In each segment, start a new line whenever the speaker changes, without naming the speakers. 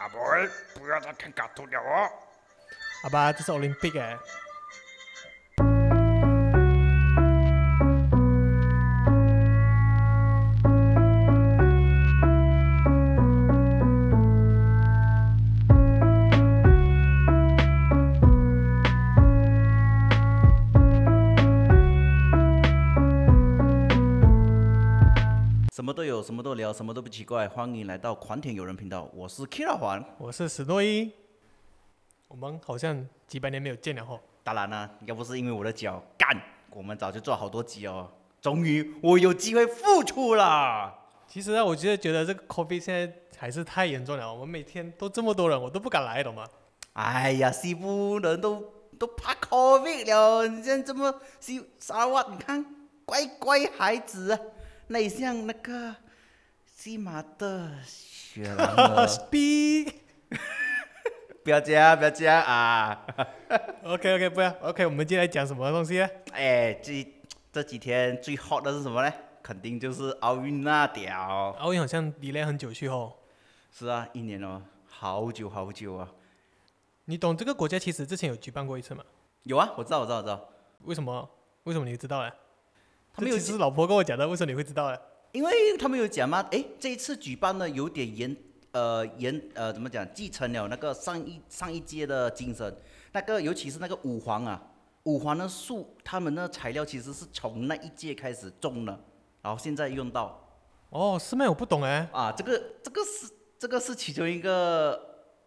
阿伯，不要再看卡通了哦。
阿爸，这是 Olympic 哎、
什么都有，什么都聊，什么都不奇怪。欢迎来到狂舔友人频道，我是 Kira 环。
我是史诺伊。我们好像几百年没有见了吼。
当然啦、要不是因为我的脚干，我们早就做好多集哦。终于，我有机会复出了。
其实啊，我觉得觉得这个 COVID 现在还是太严重了，我们每天都这么多人，我都不敢来，懂吗？
哎呀，西部人都都怕 COVID 了，你现在这么西沙拉你看乖乖孩子啊，那也像那个西马的雪狼
呃
儿。
逼。
不要这样，不要这样啊！
OK OK，不要 OK，我们今天讲什么东西啊？
哎，这这几天最 hot 的是什么呢？肯定就是奥运那屌。
奥运好像 delay 很久去吼。
是啊，一年哦，好久好久啊。
你懂这个国家其实之前有举办过一次吗？
有啊，我知道，我知道，我知道。
为什么？为什么你知道嘞？
他们有
这其实是老婆跟我讲的，为什么你会知道嘞？
因为他们有讲嘛，诶，哎这一次举办呢有点延呃延呃怎么讲，继承了那个上一上一届的精神。那个尤其是那个五黄啊，五黄的树，他们的材料其实是从那一届开始种的，然后现在用到。
哦，是吗？我不懂哎。
啊，这个这个是这个是其中一个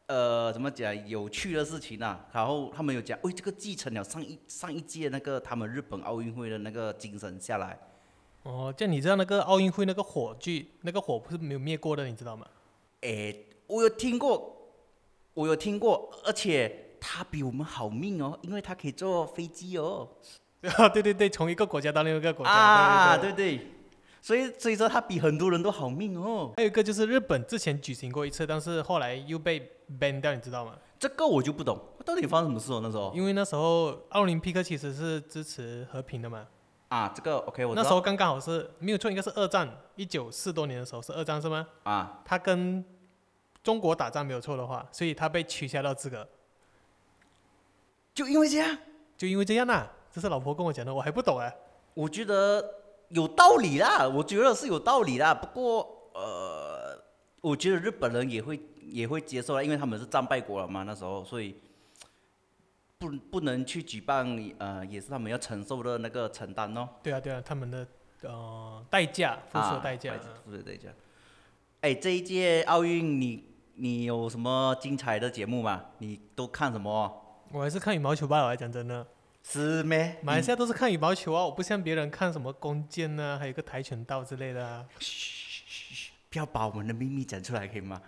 呃，怎么讲有趣的事情啊。然后他们有讲，喂、这个继承了上一上一届那个他们日本奥运会的那个精神下来。
哦，这样你知道那个奥运会那个火炬，那个火不是没有灭过的，你知道吗？
诶，我有听过，我有听过，而且他比我们好命哦，因为他可以坐飞机哦。
对对对，从一个国家到另一个国家。
啊，
对
对对，所以所以说他比很多人都好命哦。
还有一个就是日本之前举行过一次，但是后来又被 ban 掉，你知道吗？
这个我就不懂，到底发生什么事哦？那时候
因为那时候奥林匹克其实是支持和平的嘛，
啊，这个 OK，我知
那时
道
候刚刚好是没有错，应该是二战，一九四多年的时候是二战是吗？
啊，
他跟中国打仗没有错的话，所以他被取消掉资格，
就因为这样。
就因为这样呐、啊这是老婆跟我讲的，我还不懂哎、
我觉得有道理啦，我觉得是有道理啦。不过呃，我觉得日本人也会也会接受啦，因为他们是战败国了嘛，那时候，所以不不能去举办，呃，也是他们要承受的那个承担咯。
对啊对啊，他们的呃代价，付出的代价。嗯
啊付出的代价。哎，这一届奥运你你有什么精彩的节目吗？你都看什么？
嗯我还是看羽毛球罢了，讲真的，
是咩？
马来西亚都是看羽毛球啊，我不像别人看什么弓箭呢、还有个跆拳道之类的啊。
不要把我们的秘密讲出来，可以吗？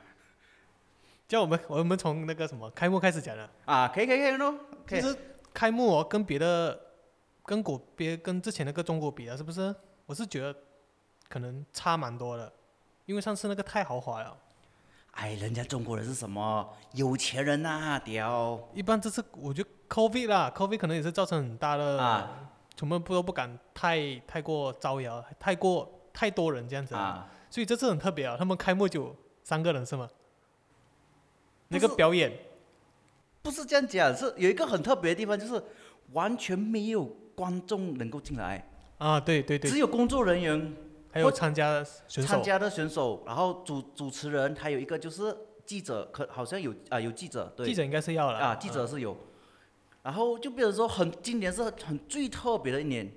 叫我们我们从那个什么开幕开始讲了，
啊，可以可以可以咯，可
其
以。
实开幕哦，跟别的跟国别跟之前那个中国比啊，是不是？我是觉得可能差蛮多的，因为上次那个太豪华了。
哎，人家中国人是什么有钱人呐、屌！
一般这次我觉得 COVID 啦，COVID 可能也是造成很大的，
啊
我们不都不敢太太过招摇，太过太多人这样子啊，
啊，
所以这次很特别啊，他们开幕就三个人是吗？
不
那
是
个表演
不是这样讲，是有一个很特别的地方，就是完全没有观众能够进来，
啊，对对对，
只有工作人员、
还有
我
参加选
参
手，
加的选手，然后主主持人，还有一个就是记者，可好像有啊有记者，对，
记者应该是要了
啊记者是有，然后就比如说很今年是很最特别的一年，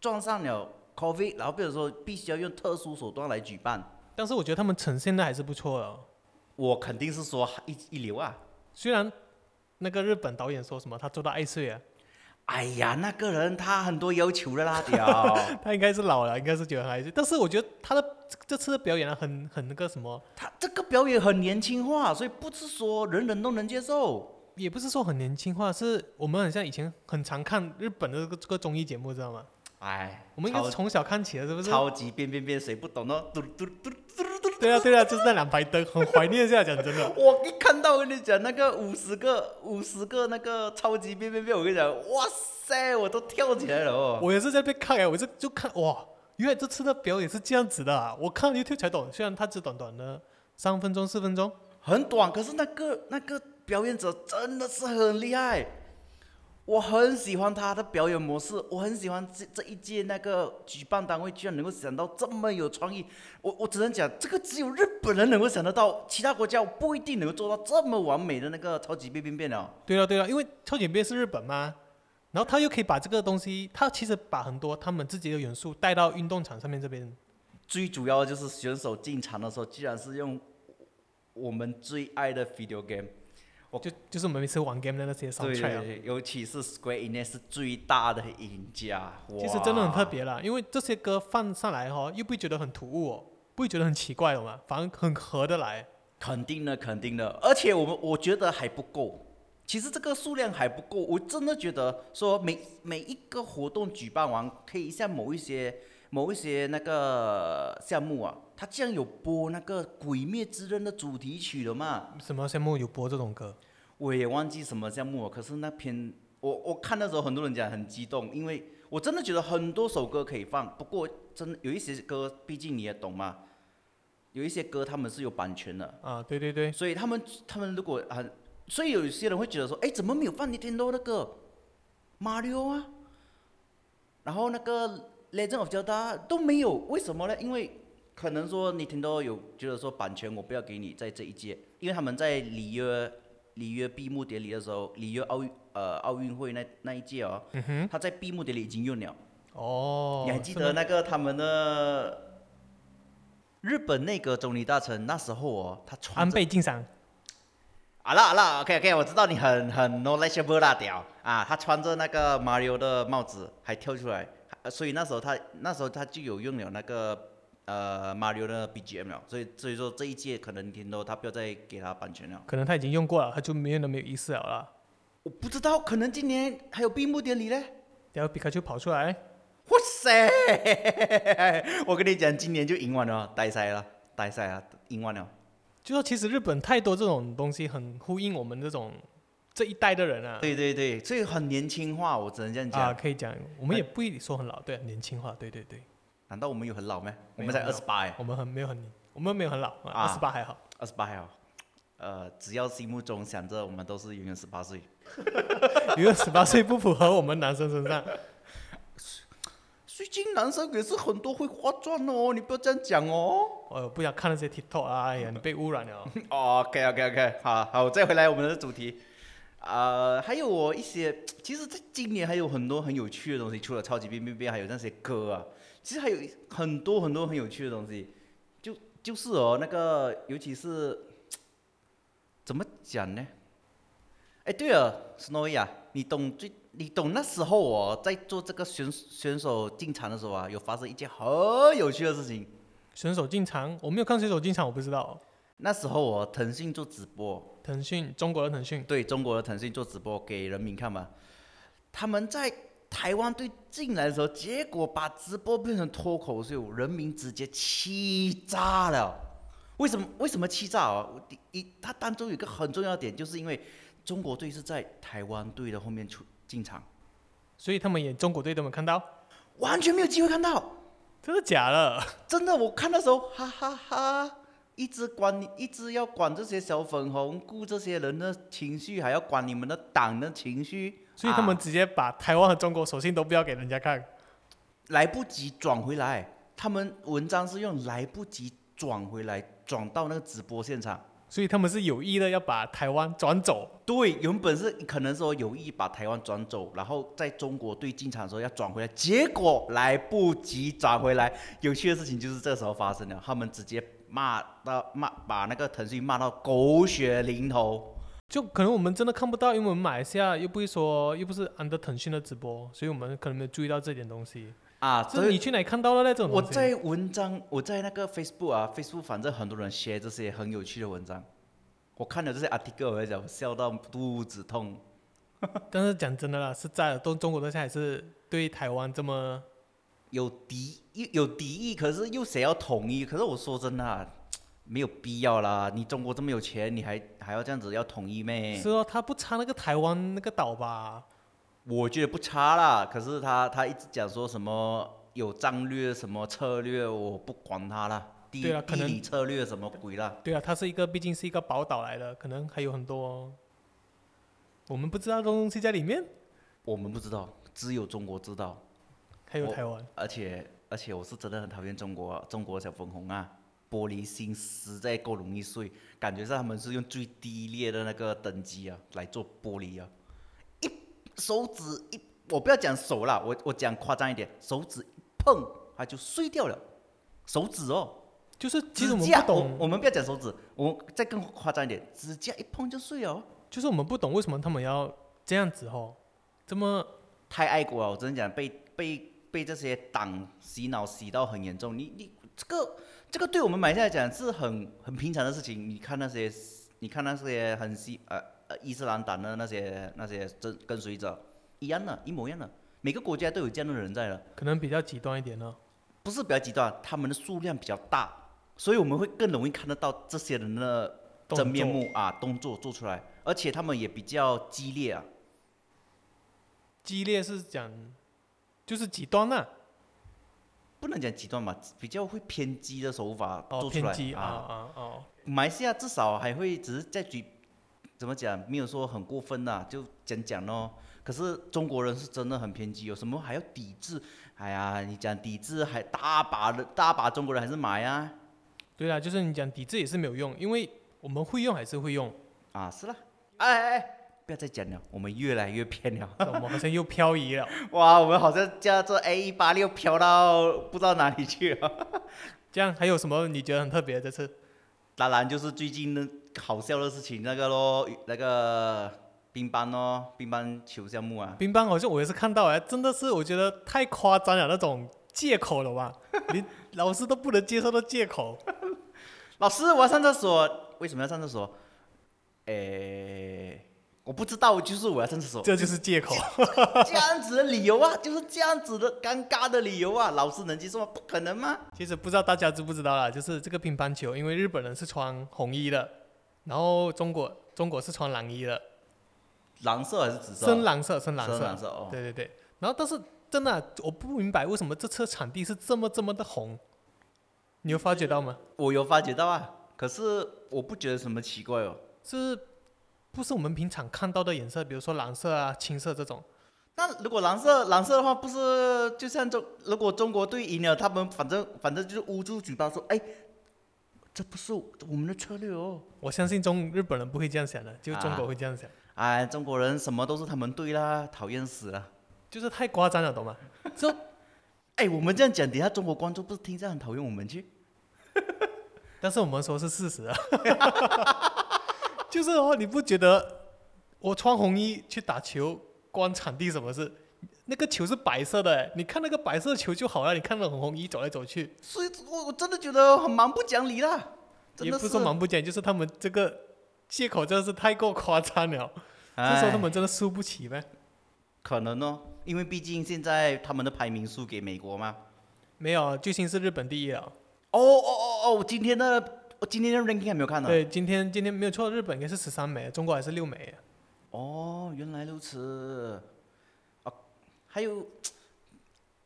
撞上了 COVID，然后比如说必须要用特殊手段来举办，
但是我觉得他们呈现的还是不错的哦、
我肯定是说一一流啊。
虽然那个日本导演说什么他做到爱睡啊，
哎呀，那个人他很多要求的啦，屌，
他应该是老了，应该是觉得很爱睡，但是我觉得他的这这次的表演啊，很很那个什么。
他这个表演很年轻化，所以不是说人人都能接受。
也不是说很年轻化，是我们很像以前很常看日本的这个这个综艺节目，知道吗？
哎，
我们应该是
超
从小看起的，是不是？
超级变变变，谁不懂呢？嘟嘟嘟嘟嘟
对啊，对啊，就是那两排灯，很怀念一下，讲真的。
嘟。我一看到我跟你讲那个五十个五十个那个超级变变变，我跟你讲，哇塞，我都跳起来了哦。
我也是在被看哎，我是就看哇，原来这次的表演是这样子的啊！我看 YouTube 才懂，虽然它只短短的三分钟、四分钟，
很短，可是那个那个表演者真的是很厉害，我很喜欢他的表演模式，我很喜欢这这一届那个举办单位居然能够想到这么有创意，我我只能讲这个只有日本人能够想得到，其他国家不一定能够做到这么完美的那个超级变变变了。
对了对了，因为超简便是日本嘛，然后他又可以把这个东西，他其实把很多他们自己的元素带到运动场上面这边。
最主要的就是选手进场的时候，居然是用我们最爱的 video game。我
就就是我们每次玩 game 的那些啊 s o u
对
n
对
d
对，尤其是 Square Enix 是最大的赢家，
其实真的很特
哇。
别啦，因为这些歌放上来哈、又不会觉得很突兀哦，不会觉得很奇怪了哦嘛，反而很合得来。
肯定的，肯定的，而且我们我觉得还不够，其实这个数量还不够，我真的觉得说每每一个活动举办完，可以像某一些某一些那个项目啊，它竟然有播那个《鬼灭之刃》的主题曲了嘛，
什么项目有播这种歌？
我也忘记什么项目了，啊可是那篇我我看的时候，很多人讲很激动，因为我真的觉得很多首歌可以放，不过真的有一些歌，毕竟你也懂嘛，有一些歌他们是有版权的，
啊，对对对，
所以他们他们如果很，所以有些人会觉得说，哎，怎么没有放 Nintendo 那个 Mario 啊，然后那个 Legend of Zelda 都没有，为什么呢？因为可能说 Nintendo 有觉得说版权我不要给你在这一届，因为他们在里约里约闭幕典礼的时候，里约奥运呃奥运会那那一届哦，他在闭幕典礼已经用了。
嗯哦，
你还记
是
得
吗
那个他们的日本内阁总理大臣那时候哦，他穿
安
着
倍晋三？
啊啦啊啦，OK OK，我知道你很很 knowledgeable 啦屌啊！他穿着那个 Mario 的帽子还跳出来，啊所以那时候他那时候他就有用了那个呃 Mario 的 BGM 了，所以所以说这一届可能听到他不要再给他版权了。
可能他已经用过了，他就没有那么有意思了啦。
我不知道，可能今年还有闭幕典礼嘞。
然后皮卡丘跑出来，
哇塞！ 我跟你讲，今年就赢完了，呆塞了，呆塞了，赢完了。
就说其实日本太多这种东西，很呼应我们这种这一代的人啊。
对对对，所以很年轻化，我只能这样讲。
啊，可以讲，我们也不一定说很老，对，年轻化，对对对，
难道我们有很老吗？我们
没
才
有
二十八哎。
我们很没有很，我们没有很老，
啊
二十八还好。
二十八还好，呃，只要心目中想着我们都是永远十八岁。
因为十八 岁不符合我们男生身上。
最近男生也是很多会化妆哦，你不要这样讲哦。
我不想看那些 TikTok 啊，哎呀，你被污染了。
OK OK OK，好好，再回来我们的主题。呃，还有我一些，其实在今年还有很多很有趣的东西，除了超级变变变，还有那些歌啊，其实还有很多很多很有趣的东西。就就是哦，那个尤其是怎么讲呢？哎，对了，Snowy 啊，你懂最你懂那时候我、在做这个选选手进场的时候啊，有发生一件很有趣的事情。
选手进场，我没有看选手进场，我不知道。
那时候我、腾讯做直播，
腾讯，中国的腾讯，
对中国的腾讯做直播给人民看嘛，他们在台湾队进来的时候，结果把直播变成脱口秀，人民直接气炸了。为什么为什么气炸啊？我第一，它当中有一个很重要的点，就是因为中国队是在台湾队的后面出进场，
所以他们也中国队都没有看到，
完全没有机会看到。
真的假的？
真的，我看的时候，哈哈哈一直管你，一直要管这些小粉红，顾这些人的情绪，还要管你们的党的情绪，
所以他
啊
们直接把台湾和中国手信都不要给人家看。
来不及转回来，他们文章是用来不及转回来，转到那个直播现场。
所以他们是有意的要把台湾转走，
对，原本是可能说有意把台湾转走，然后在中国队进场的时候要转回来，结果来不及转回来。有趣的事情就是这时候发生了，他们直接骂到骂把那个腾讯骂到狗血淋头。
就可能我们真的看不到，因为我们马来西亚又不会说，又不是安德腾讯的直播，所以我们可能没有注意到这点东西。
啊，所
这
以
你去哪里看到了那种
我
东西？
在文章，我在那个 Facebook 啊，Facebook 反正很多人 share 这些很有趣的文章，我看了这些 article，我在讲，我笑到肚子痛。
但是讲真的啦，是在的，中中国队现在还是对台湾这么
有敌意，有敌意，可是又谁要统一？可是我说真的、啊，没有必要啦。你中国这么有钱，你还还要这样子要统一咩
是？哦，他不差那个台湾那个岛吧？
我觉得不差啦。可是他他一直讲说什么有战略、什么策略，我不管他啦。地
对啦啊可
地
能
理策略什么鬼啦，
对啊，它是一个，毕竟是一个宝岛来的，可能还有很多我们不知道的东西在里面，
我们不知道，只有中国知道。
还有
我
台湾。
而且而且我是真的很讨厌中国中国小粉红啊，玻璃心实在够容易碎，感觉上他们是用最低劣的那个等级啊来做玻璃啊，一手指一，我不要讲手啦，我我讲夸张一点，手指一碰它就碎掉了，手指哦，
就是其
指
实我们
甲
不
我我
懂，
们不要讲手指，我再更夸张一点，指甲一碰就碎了哦，
就是我们不懂为什么他们要这样子哦，这么
太爱国啊了，我真的讲被被被这些党洗脑洗到很严重。你你这个这个对我们马来西亚来讲是很很平常的事情。你看那些你看那些很西呃呃伊斯兰党的那些那些跟跟随者一样的，一模一样的，每个国家都有这样的人在了，
可能比较极端一点呢。
不是比较极端，他们的数量比较大，所以我们会更容易看得到这些人的
动
真面
作
目啊动作做出来，而且他们也比较激烈啊。
激烈是讲就是极端啊呐、
不能讲极端吧，比较会偏激的手法
哦，
做出来、
偏激啊
啊。
啊哦，
马来西亚至少还会只是在举，怎么讲，没有说很过分呐、就讲讲咯。可是中国人是真的很偏激，有什么还要抵制？哎呀，你讲抵制还大把的大把中国人还是买啊
对啊，就是你讲抵制也是没有用，因为我们会用还是会用，
啊是啦，哎哎哎，不要再讲了，我们越来越偏了。
我们好像又漂移了。
哇，我们好像叫做 A 一八六飘到不知道哪里去了。
这样还有什么你觉得很特别的这次？
当然就是最近的好笑的事情那个咯，那个乒乓咯，乒乓球项目啊，
乒乓好像我也是看到哎，真的是我觉得太夸张了那种借口了吧， 连老师都不能接受的借 口。
老师，我要上厕所。为什么要上厕所？诶、我不知道，就是我要上 厕所。
这就是借口。
这样子的理由啊，就是这样子的尴尬的理由啊，老师能接受吗？不可能吗？
其实不知道大家知不知道啦，就是这个乒乓球，因为日本人是穿红衣的，然后中国中国是穿蓝衣的，
蓝色还是紫色？
深蓝色，深蓝色，
深蓝色哦
对对对。然后但是真的啊、我不明白为什么这次场地是这么这么的红，你有发觉到吗？
我有发觉到啊，可是我不觉得什么奇怪哦。
是不是我们平常看到的颜色，比如说蓝色啊、青色这种？
那如果蓝色蓝色的话，不是就像中如果中国队赢了，他们反正反正就是捂住嘴巴说，哎，这不是我们的策略哦。
我相信中日本人不会这样想的，就中国会这样想，
哎，中国人什么都是他们对啦，讨厌死 了。
就是太夸张了，懂吗？就
哎，我们这样讲，等一下中国观众不是听着很讨厌我们去？
但是我们说是事实啊， 就是哦，你不觉得我穿红衣去打球关场地什么事？那个球是白色的诶，你看那个白色球就好了，你看那种红衣走来走去，
所以我我真的觉得很蛮不讲理啦，真
也
的
不是说蛮不讲，就是他们这个借口真的是太过夸张了。这时候
哎
他们真的输不起呗？
可能哦，因为毕竟现在他们的排名输给美国嘛。
没有，最新是日本第一了。
哦哦哦哦，今天的我今天的 ranking 还没有看呢。
对，今天今天没有错，日本应该是十三枚，中国还是六枚。啊
哦，原来如此。啊，还有，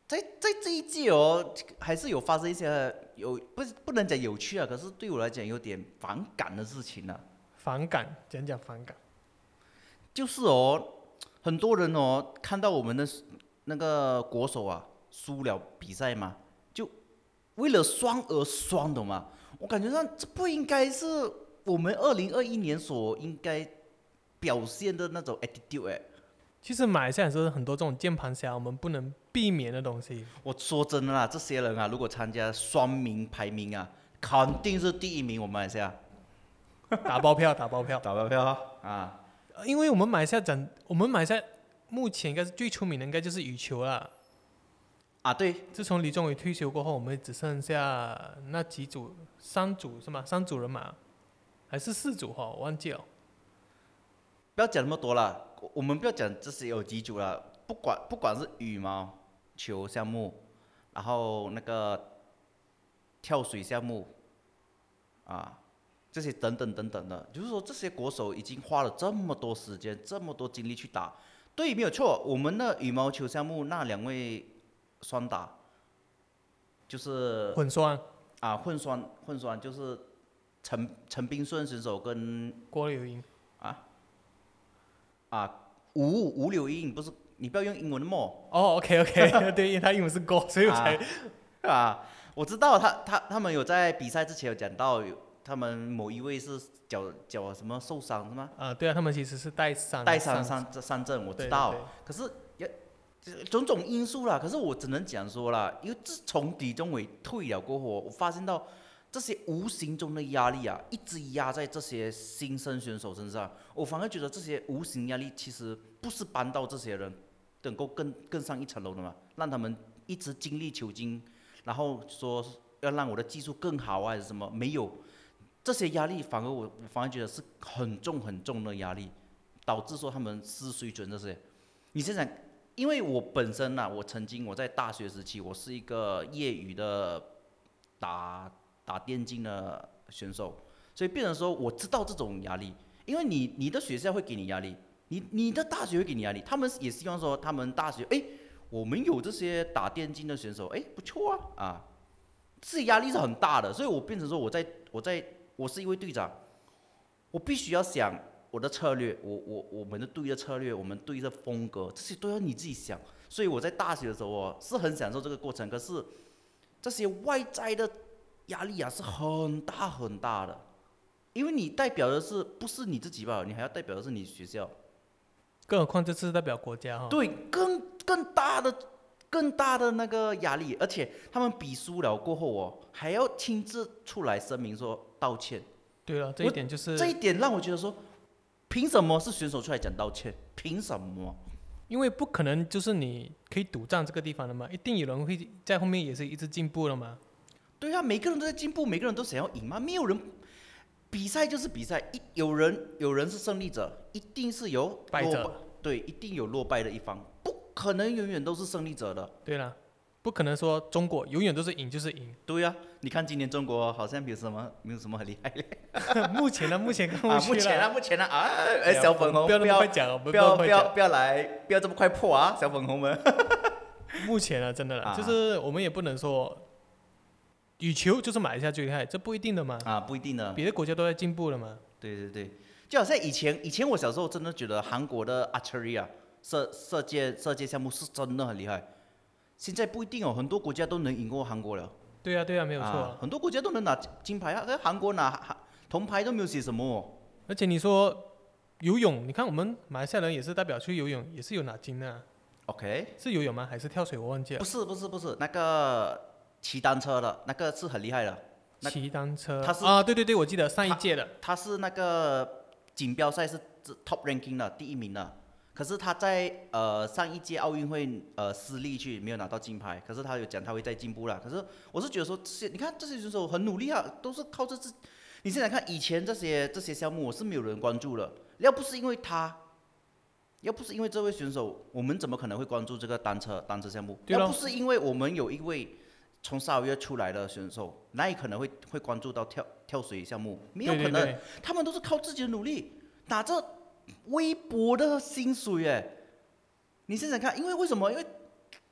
在在这一季哦，还是有发生一些有不是不能讲有趣啊，可是对我来讲有点反感的事情啊。
反感，讲讲反感。
就是哦，很多人哦看到我们的 s- 那个国手啊输了比赛嘛，就为了双而双，懂吗？我感觉上这不应该是我们二零二一年所应该表现的那种 attitude 哎。
其实马来西亚也是很多这种键盘侠，我们不能避免的东西。
我说真的啦，这些人啊，如果参加双名排名啊，肯定是第一名。我们马来西亚
打包票，打包 票。
打包票啊啊，
呃因为我们马来西亚整，我们马来西亚目前应该是最出名的，应该就是羽球了。
啊对，
自从李宗伟退休过后，我们只剩下那几组，三组是吗？三组人马，还是四组哈、我忘记了。
不要讲那么多了，我我们不要讲这些有几组了，不管不管是羽毛球项目，然后那个跳水项目，啊，这些等等等等的，就是说这些国手已经花了这么多时间、这么多精力去打，对，没有错。我们的羽毛球项目那两位双打，就是
混双，
啊，混双混双就是陈陈冰顺选手跟
郭柳英
啊吴吴柳英，不是你不要用英文的么？
哦，OK OK，对，因为他英文是 Go，所以我才
啊，我知道他他他们有在比赛之前有讲到，有他们某一位是脚脚什么受伤是吗？
啊，对啊，他们其实是啊带伤
带伤伤伤阵，我知道。可是也种种因素啦，可是我只能讲说啦，因为自从李宗伟退了过后，我发现到这些无形中的压力啊，一直压在这些新生选手身上。我反而觉得这些无形压力其实不是帮到这些人能够更更上一层楼的嘛，让他们一直精力求精，然后说要让我的技术更好啊，还是什么？没有。这些压力反而我我反而觉得是很重很重的压力，导致说他们失水准这些。你想想，因为我本身呐、我曾经我在大学时期，我是一个业余的打打电竞的选手，所以变成说我知道这种压力，因为你你的学校会给你压力，你你的大学会给你压力，他们也希望说他们大学诶，我们有这些打电竞的选手，诶，不错啊啊，这压力是很大的，所以我变成说我在我在我是一位队长，我必须要想我的策略，我我我们的队的策略，我们队的风格，这些都要你自己想。所以我在大学的时候哦，是很享受这个过程，可是这些外在的压力啊是很大很大的，因为你代表的是不是你自己吧？你还要代表的是你学校，
更何况这次代表国家哈，
对，更更大的更大的那个压力，而且他们比输了过后哦，还要亲自出来声明说道歉。
对了，这一点就是
这一点让我觉得说，凭什么是选手出来讲道歉？凭什么？
因为不可能就是你可以独占这个地方的嘛，一定有人会在后面也是一直进步的嘛。
对啊，每个人都在进步，每个人都想要赢嘛，没有人。比赛就是比赛，一有人有人是胜利者，一定是有落
败者
对，一定有落败的一方，不可能永远都是胜利者的。
对了，不可能说中国永远都是赢就是赢。
对啊，你看今年中国好像没有什么没有什么很 厉害的
目前呢，目前看
啊
过，去
目前
了
啊，目前啊，啊，
哎
哎，
呀
小粉红
不要那么快讲哦，要
不
那
要
么快
不
讲
要不要来，不要这么快破啊，小粉 红们。
目前啊，真的啦，
啊
就是我们也不能说，羽球就是马来西亚最厉害，这不一定的嘛，
啊，不一定的，
别的国家都在进步了嘛。
对对对，就好像以前以前我小时候真的觉得韩国的 archery 啊，射射箭射箭项目是真的很厉害。现在不一定哦，很多国家都能赢过韩国了，
对啊，对啊，没有错。
啊，很多国家都能拿金金牌啊，在韩国拿韩铜牌都没有写什么哦。
而且你说游泳，你看我们马来西亚人也是代表去游泳，也是有拿金的、啊，
OK，
是游泳吗？还是跳水？我忘记了
不。是不是不是，那个骑单车的那个是很厉害的，那
骑单车，
他是
啊，对对对，我记得上一届的，
他是那个锦标赛是 top ranking 的第一名的，可是他在呃上一届奥运会呃失利去没有拿到金牌，可是他有讲他会再进步了。可是我是觉得说这些，你看这些选手很努力啊，都是靠这自。你现在看以前这些这些项目，我是没有人关注的，要不是因为他。要不是因为这位选手，我们怎么可能会关注这个单车单车项目？
对咯
要不是因为我们有一位从沙约出来的选手，哪里可能会会关注到跳跳水项目？没有可
对
能。
对对，
他们都是靠自己的努力，打着微薄的薪水哎。你想想看，因为为什么？因为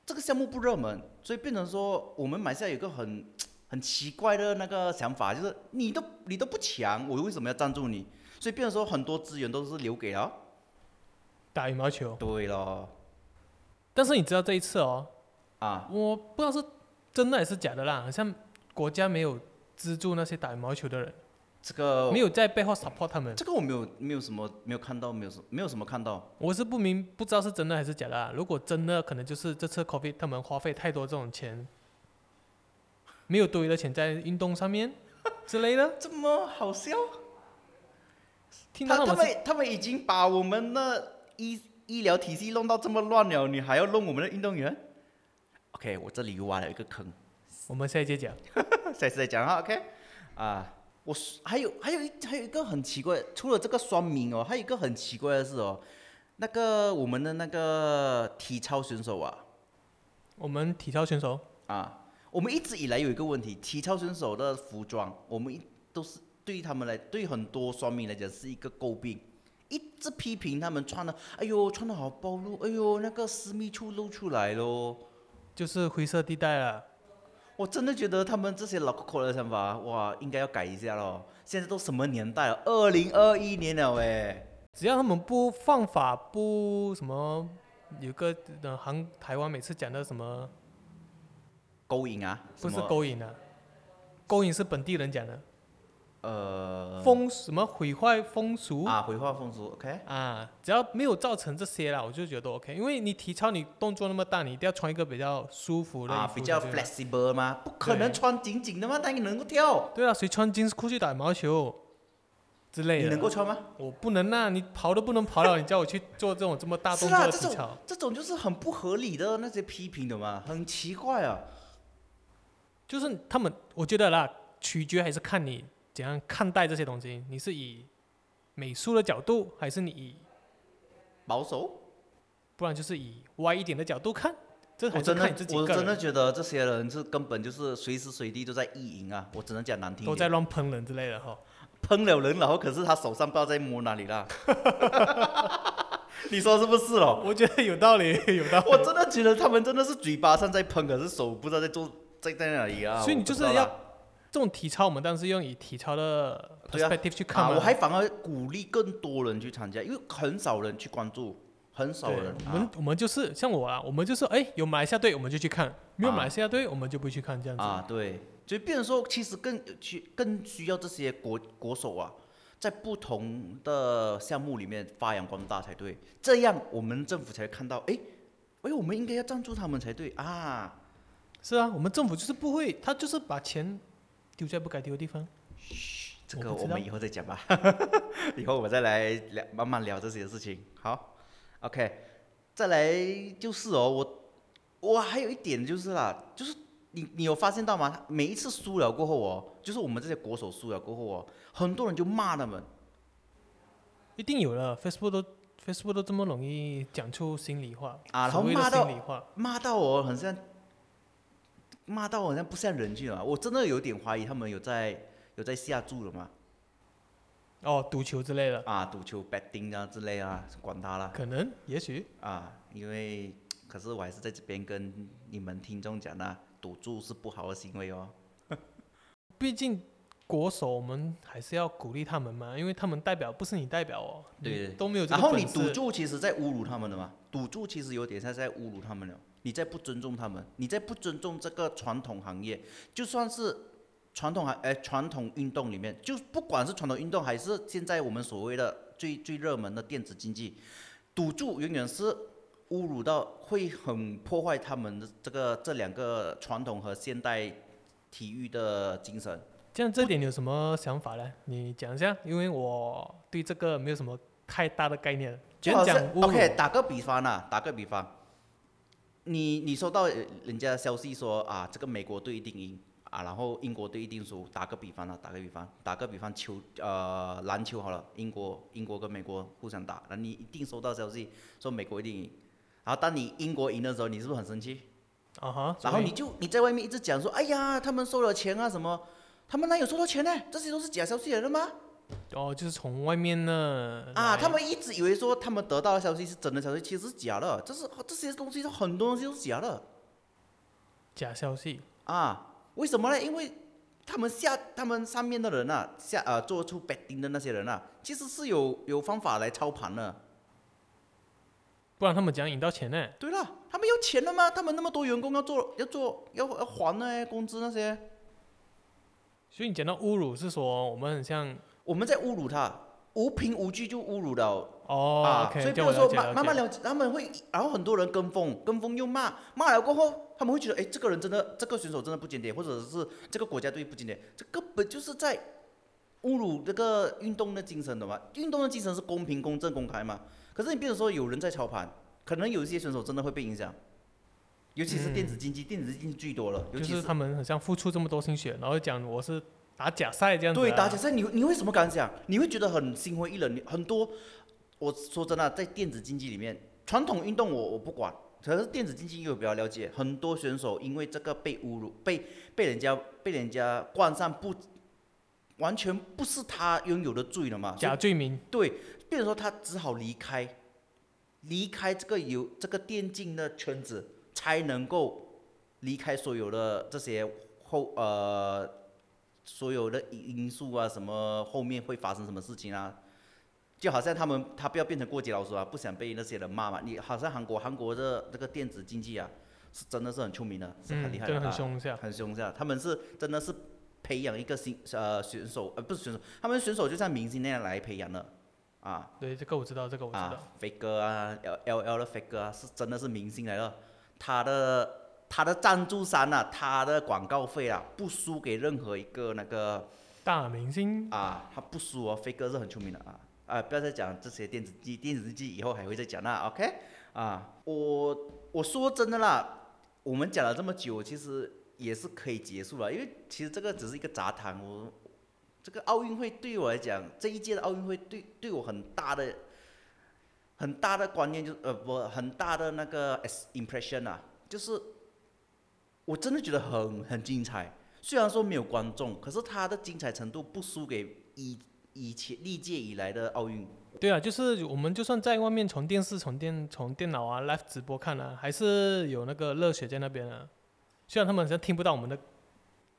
这个项目不热门，所以变成说我们马来西亚有一个很很奇怪的那个想法，就是你都你都不强，我为什么要赞助你？所以变成说很多资源都是留给了。
打羽毛球。
对了，
但是你知道这一次哦，
啊，
我不知道是真的还是假的啦，好像国家没有资助那些打羽毛球的人，
这个
没有在背后 support 他们。
这个我没有没有什么没有看到，没有什没有什么看到。
我是不明不知道是真的还是假的、啊。如果真的，可能就是这次 COVID 他们花费太多这种钱，没有多余的钱在运动上面之类 的。
这么好笑？
听
他
到
他
们是
们他们已经把我们的医医疗体系弄到这么乱了，你还要弄我们的运动员？OK，我这里又挖了一个坑，
我们下一节讲。
下次再讲哈。OK，啊，我还有还有一还有一个很奇怪，除了这个双名哦，还有一个很奇怪的是哦，那个我们的那个体操选手啊
我们体操选手
啊，我们一直以来有一个问题，体操选手的服装，我们一都是对于他们来，对很多双迷来讲是一个诟病，一直批评他们穿的，哎呦，穿的好暴露，哎呦，那个私密处露出来咯。
就是灰色地带了。啊
我我真的觉得他们这些老 c o 的想法，哇，应该要改一下咯。现在都什么年代了？二零二一年了哎，
只要他们不犯法，不什么，有个呃韩台湾每次讲的什么，
勾引啊？
不是
什么？
勾引啊，勾引是本地人讲的，
呃，
风什么毁坏风俗
啊，回话风俗，OK？
啊，只要没有造成这些啦，我就觉得 OK。因为你体操你动作那么大，你一定要穿一个比较舒服的衣
啊，
服
比较
才对吧
flexible 吗？不可能
对
穿紧紧的嘛，但你能够跳，
对啊，谁穿 jeans 裤去打羽毛球之类
你
的？
能够穿吗？
我不能啊，你跑都不能跑了，你叫我去做这种这么大
是
动
啦，
作的
这
体
种
操，
这种就是很不合理的那些批评的嘛，很奇怪啊。
就是他们，我觉得啦，取决还是看你怎样看待这些东西。你是以美术的角度，还是你以，
保守，
不然就是以歪一点的角度看，这
我
还是
真的
看你自己
我
个
真的
人。
觉得这些人是根本就是随时随地都在意淫啊，我只能讲难听
都
一
在
点，
乱喷人之类的哈，
喷了人，然后可是他手上不知道在摸哪 里啦。你说是不是咯？
我觉得有道理，有道理。
我真的觉得他们真的是嘴巴上在喷，可是手不知道在做在在哪里啊。
所以你
我不
就
知
是
道啦
要这种体操，我们当然是用以体操的
对啊
perspective 去看
啊，
嘛。
我还反而鼓励更多人去参加，因为很少人去关注，很少
对
人。
我们
啊
我们就是像我啊，我们就是哎有马来西亚队我们就去看，没有
啊
马来西亚队我们就不去看这样子。
啊，对，就变成说，其实更去更需要这些国国手啊，在不同的项目里面发扬光大才对，这样我们政府才看到，诶，诶，我们应该要赞助他们才对啊。
是啊，我们政府就是不会，他就是把钱丢在不该丢的地方。
这
我
个
不知
我们
道
以后再讲吧， 以后我再来聊慢慢聊这些事情。好，OK，再来就是哦，我我还有一点就是啦，就是你你有发现到吗？每一次输了过后哦，就是我们这些国手输了过后哦，很多人就骂他们。
一定有了，Facebook 都 Facebook 都这么容易讲出心里话
啊然后
所谓的
骂到
心里话，
骂到我很像，骂到我好像不像人去了。我真的有点怀疑他们有在有在下注了吗？
哦，赌球之类的，
啊，赌球 betting 啊之类啊，管他啦
可能也许
啊！因为可是我还是在这边跟你们听众讲啦、赌注是不好的行为哦。
毕竟国手我们还是要鼓励他们嘛，因为他们代表不是你代表哦，你
对
都没有这
然
个
后
本
你
事。
赌注其实在侮辱他们的嘛，赌注其实有点像在侮辱他们了。你在不尊重他们，你在不尊重这个传统行业，就算是传统行哎传统运动里面，就不管是传统运动还是现在我们所谓的最最热门的电子竞技，赌注永远是侮辱到会很破坏他们的这个这两个传统和现代体育的精神。
这样这点你有什么想法呢？你讲一下，因为我对这个没有什么太大的概念。
就
讲
好
讲
像
侮辱
OK，打个比方啊，打个比方，你你收到呃人家消息说啊，这个美国队一定赢啊，然后英国队一定输。打个比方啊，打个比方，打个比方球呃篮球好了，英国英国跟美国互相打，那你一定收到消息说美国一定赢。然后当你英国赢的时候，你是不是很生气？
啊哈，
然后
所以
你就你在外面一直讲说，哎呀，他们收了钱啊什么，他们哪有收到钱呢？这些都是假消息来的吗？
哦，就是从外面呢
啊，
来
他们一直以为说他们得到的消息是真的消息，其实是假的。这是这些东西都很多东西都是假的
假消息
啊？为什么呢？因为他们下他们上面的人啊，下呃做出 betting 的那些人啊，其实是有有方法来操盘的。
不然他们怎样引到钱呢？
对啦，他们要钱的嘛，他们那么多员工要做要做要要还呢工资那些，
所以你讲到侮辱是说我们很像
我们在侮辱他，无凭无据就侮辱了
哦、
啊
o k
所以比
这样
如
我了
说
解
慢慢慢
了解。
了解，他们会，然后很多人跟风，跟风又骂，骂了过后，他们会觉得，哎，这个人真的，这个选手真的不检点，或者是这个国家队不检点，这根本就是在侮辱这个运动的精神的嘛。运动的精神是公平、公正、公开嘛。可是你比如说有人在操盘，可能有一些选手真的会被影响，尤其是
嗯
电子竞技，电子竞技最多了，尤
就
其
是他们很像付出这么多心血，然后讲我是打假赛这样子、啊。
对，打假赛你你会什么感想？你会觉得很心灰意冷。你很多，我说真的，在电子竞技里面，传统运动我我不管，可是电子竞技又比较了解，很多选手因为这个被侮辱，被被人家被人家冠上不完全不是他拥有的罪了嘛，所以
假罪名，
对，变成说他只好离开，离开这个游这个电竞的圈子，才能够离开所有的这些后呃所有的因素啊，什么后面会发生什么事情啊，就好像他们他不要变成过街老鼠啊，不想被那些人骂嘛。你好像韩国韩国的那个电子竞技啊，是真的是很出名的，是很
嗯，
厉害
真的
啊
很凶一下，
很凶这样，他们是真的是培养一个新呃选手，呃不是选手，他们选手就像明星那样来培养的，啊
对，这个我知道，这个我知道。
啊，faker 啊，L L L 的 faker 啊，是真的是明星来了，他的他的赞助商啊，他的广告费啊，不输给任何一个那个
大明星
啊，他不输哦，faker 是很出名的啊啊，不要再讲这些电子机，电子机以后还会再讲啦，OK 啊，我我说真的啦，我们讲了这么久，其实也是可以结束了，因为其实这个只是一个杂谈，我这个奥运会对我来讲，这一届的奥运会对对我很大的。很大的观念就是呃不很大的那个 as- impression 啊，就是我真的觉得很很精彩，虽然说没有观众，可是它的精彩程度不输给以以前历届以来的奥运。
对啊，就是我们就算在外面从电视、从电、从电脑啊 live 直播看啊，还是有那个热血在那边啊。虽然他们好像听不到我们的，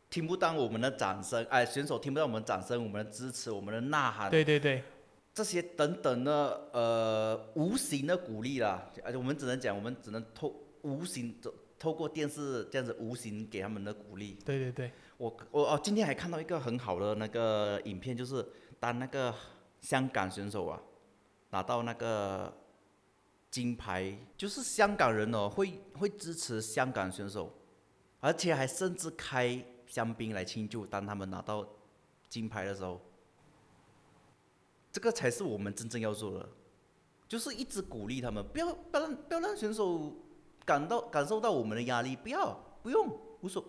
听不到我们的掌声，哎，选手听不到我们的掌声，我们的支持，我们的呐喊，
对对对，
这些等等的，呃，无形的鼓励啦。而且我们只能讲，我们只能透无形的透过电视这样子无形给他们的鼓励。
对对对，
我我哦，今天还看到一个很好的那个影片，就是当那个香港选手啊拿到那个金牌，就是香港人哦会会支持香港选手，而且还甚至开香槟来庆祝，当他们拿到金牌的时候，这个才是我们真正要做的，就是一直鼓励他们，不要不要让不要让选手感到感受到我们的压力，不要不用无所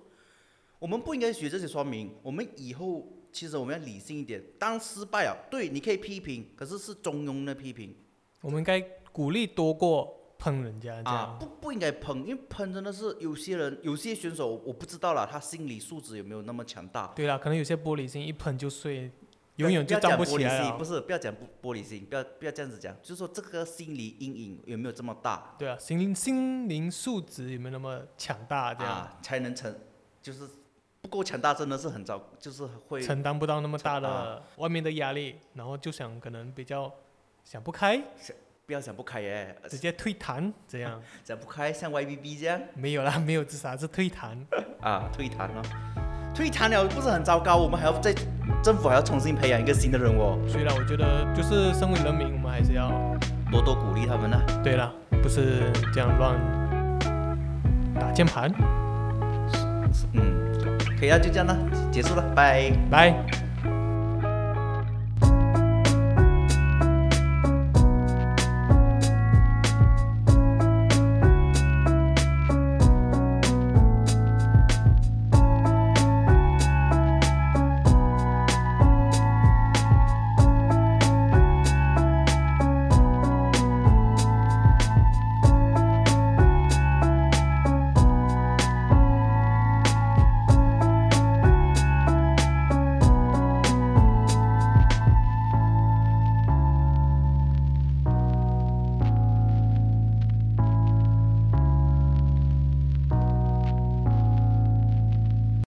我们不应该学这些说明。我们以后其实我们要理性一点。当失败啊，对，你可以批评，可是是中庸的批评
我们应该鼓励多过喷人家这
啊
样。，
不不应该喷，因为喷真的是有些人、有些选手，我不知道了，他心理素质有没有那么强大，
对啦，可能有些玻璃心一喷就碎，
不要
永远就站不起来啊
不要讲玻璃心，不
了。
是，不要讲玻玻璃心，不要不要这样子讲，就是说这个心理阴影有没有这么大
对啊，心灵心灵素质有没有那么强大？这样、
啊，才能成，就是不够强大，真的是很糟，就是会
承担不到那么大
承啊
的外面的压力，然后就想可能比较想不开，
不要想不开耶，呃
直接退坛这样。
想不开像 YBB 这样。
没有啦，没有自杀，是退坛。
啊，退坛了，退坛了不是很糟糕？我们还要再政府还要重新培养一个新的人哦，
所以啦，我觉得就是身为人民，我们还是要
多多鼓励他们呢、
对啦，不是这样乱打键盘。
啊嗯，可以了，就这样了，结束了，拜。
拜。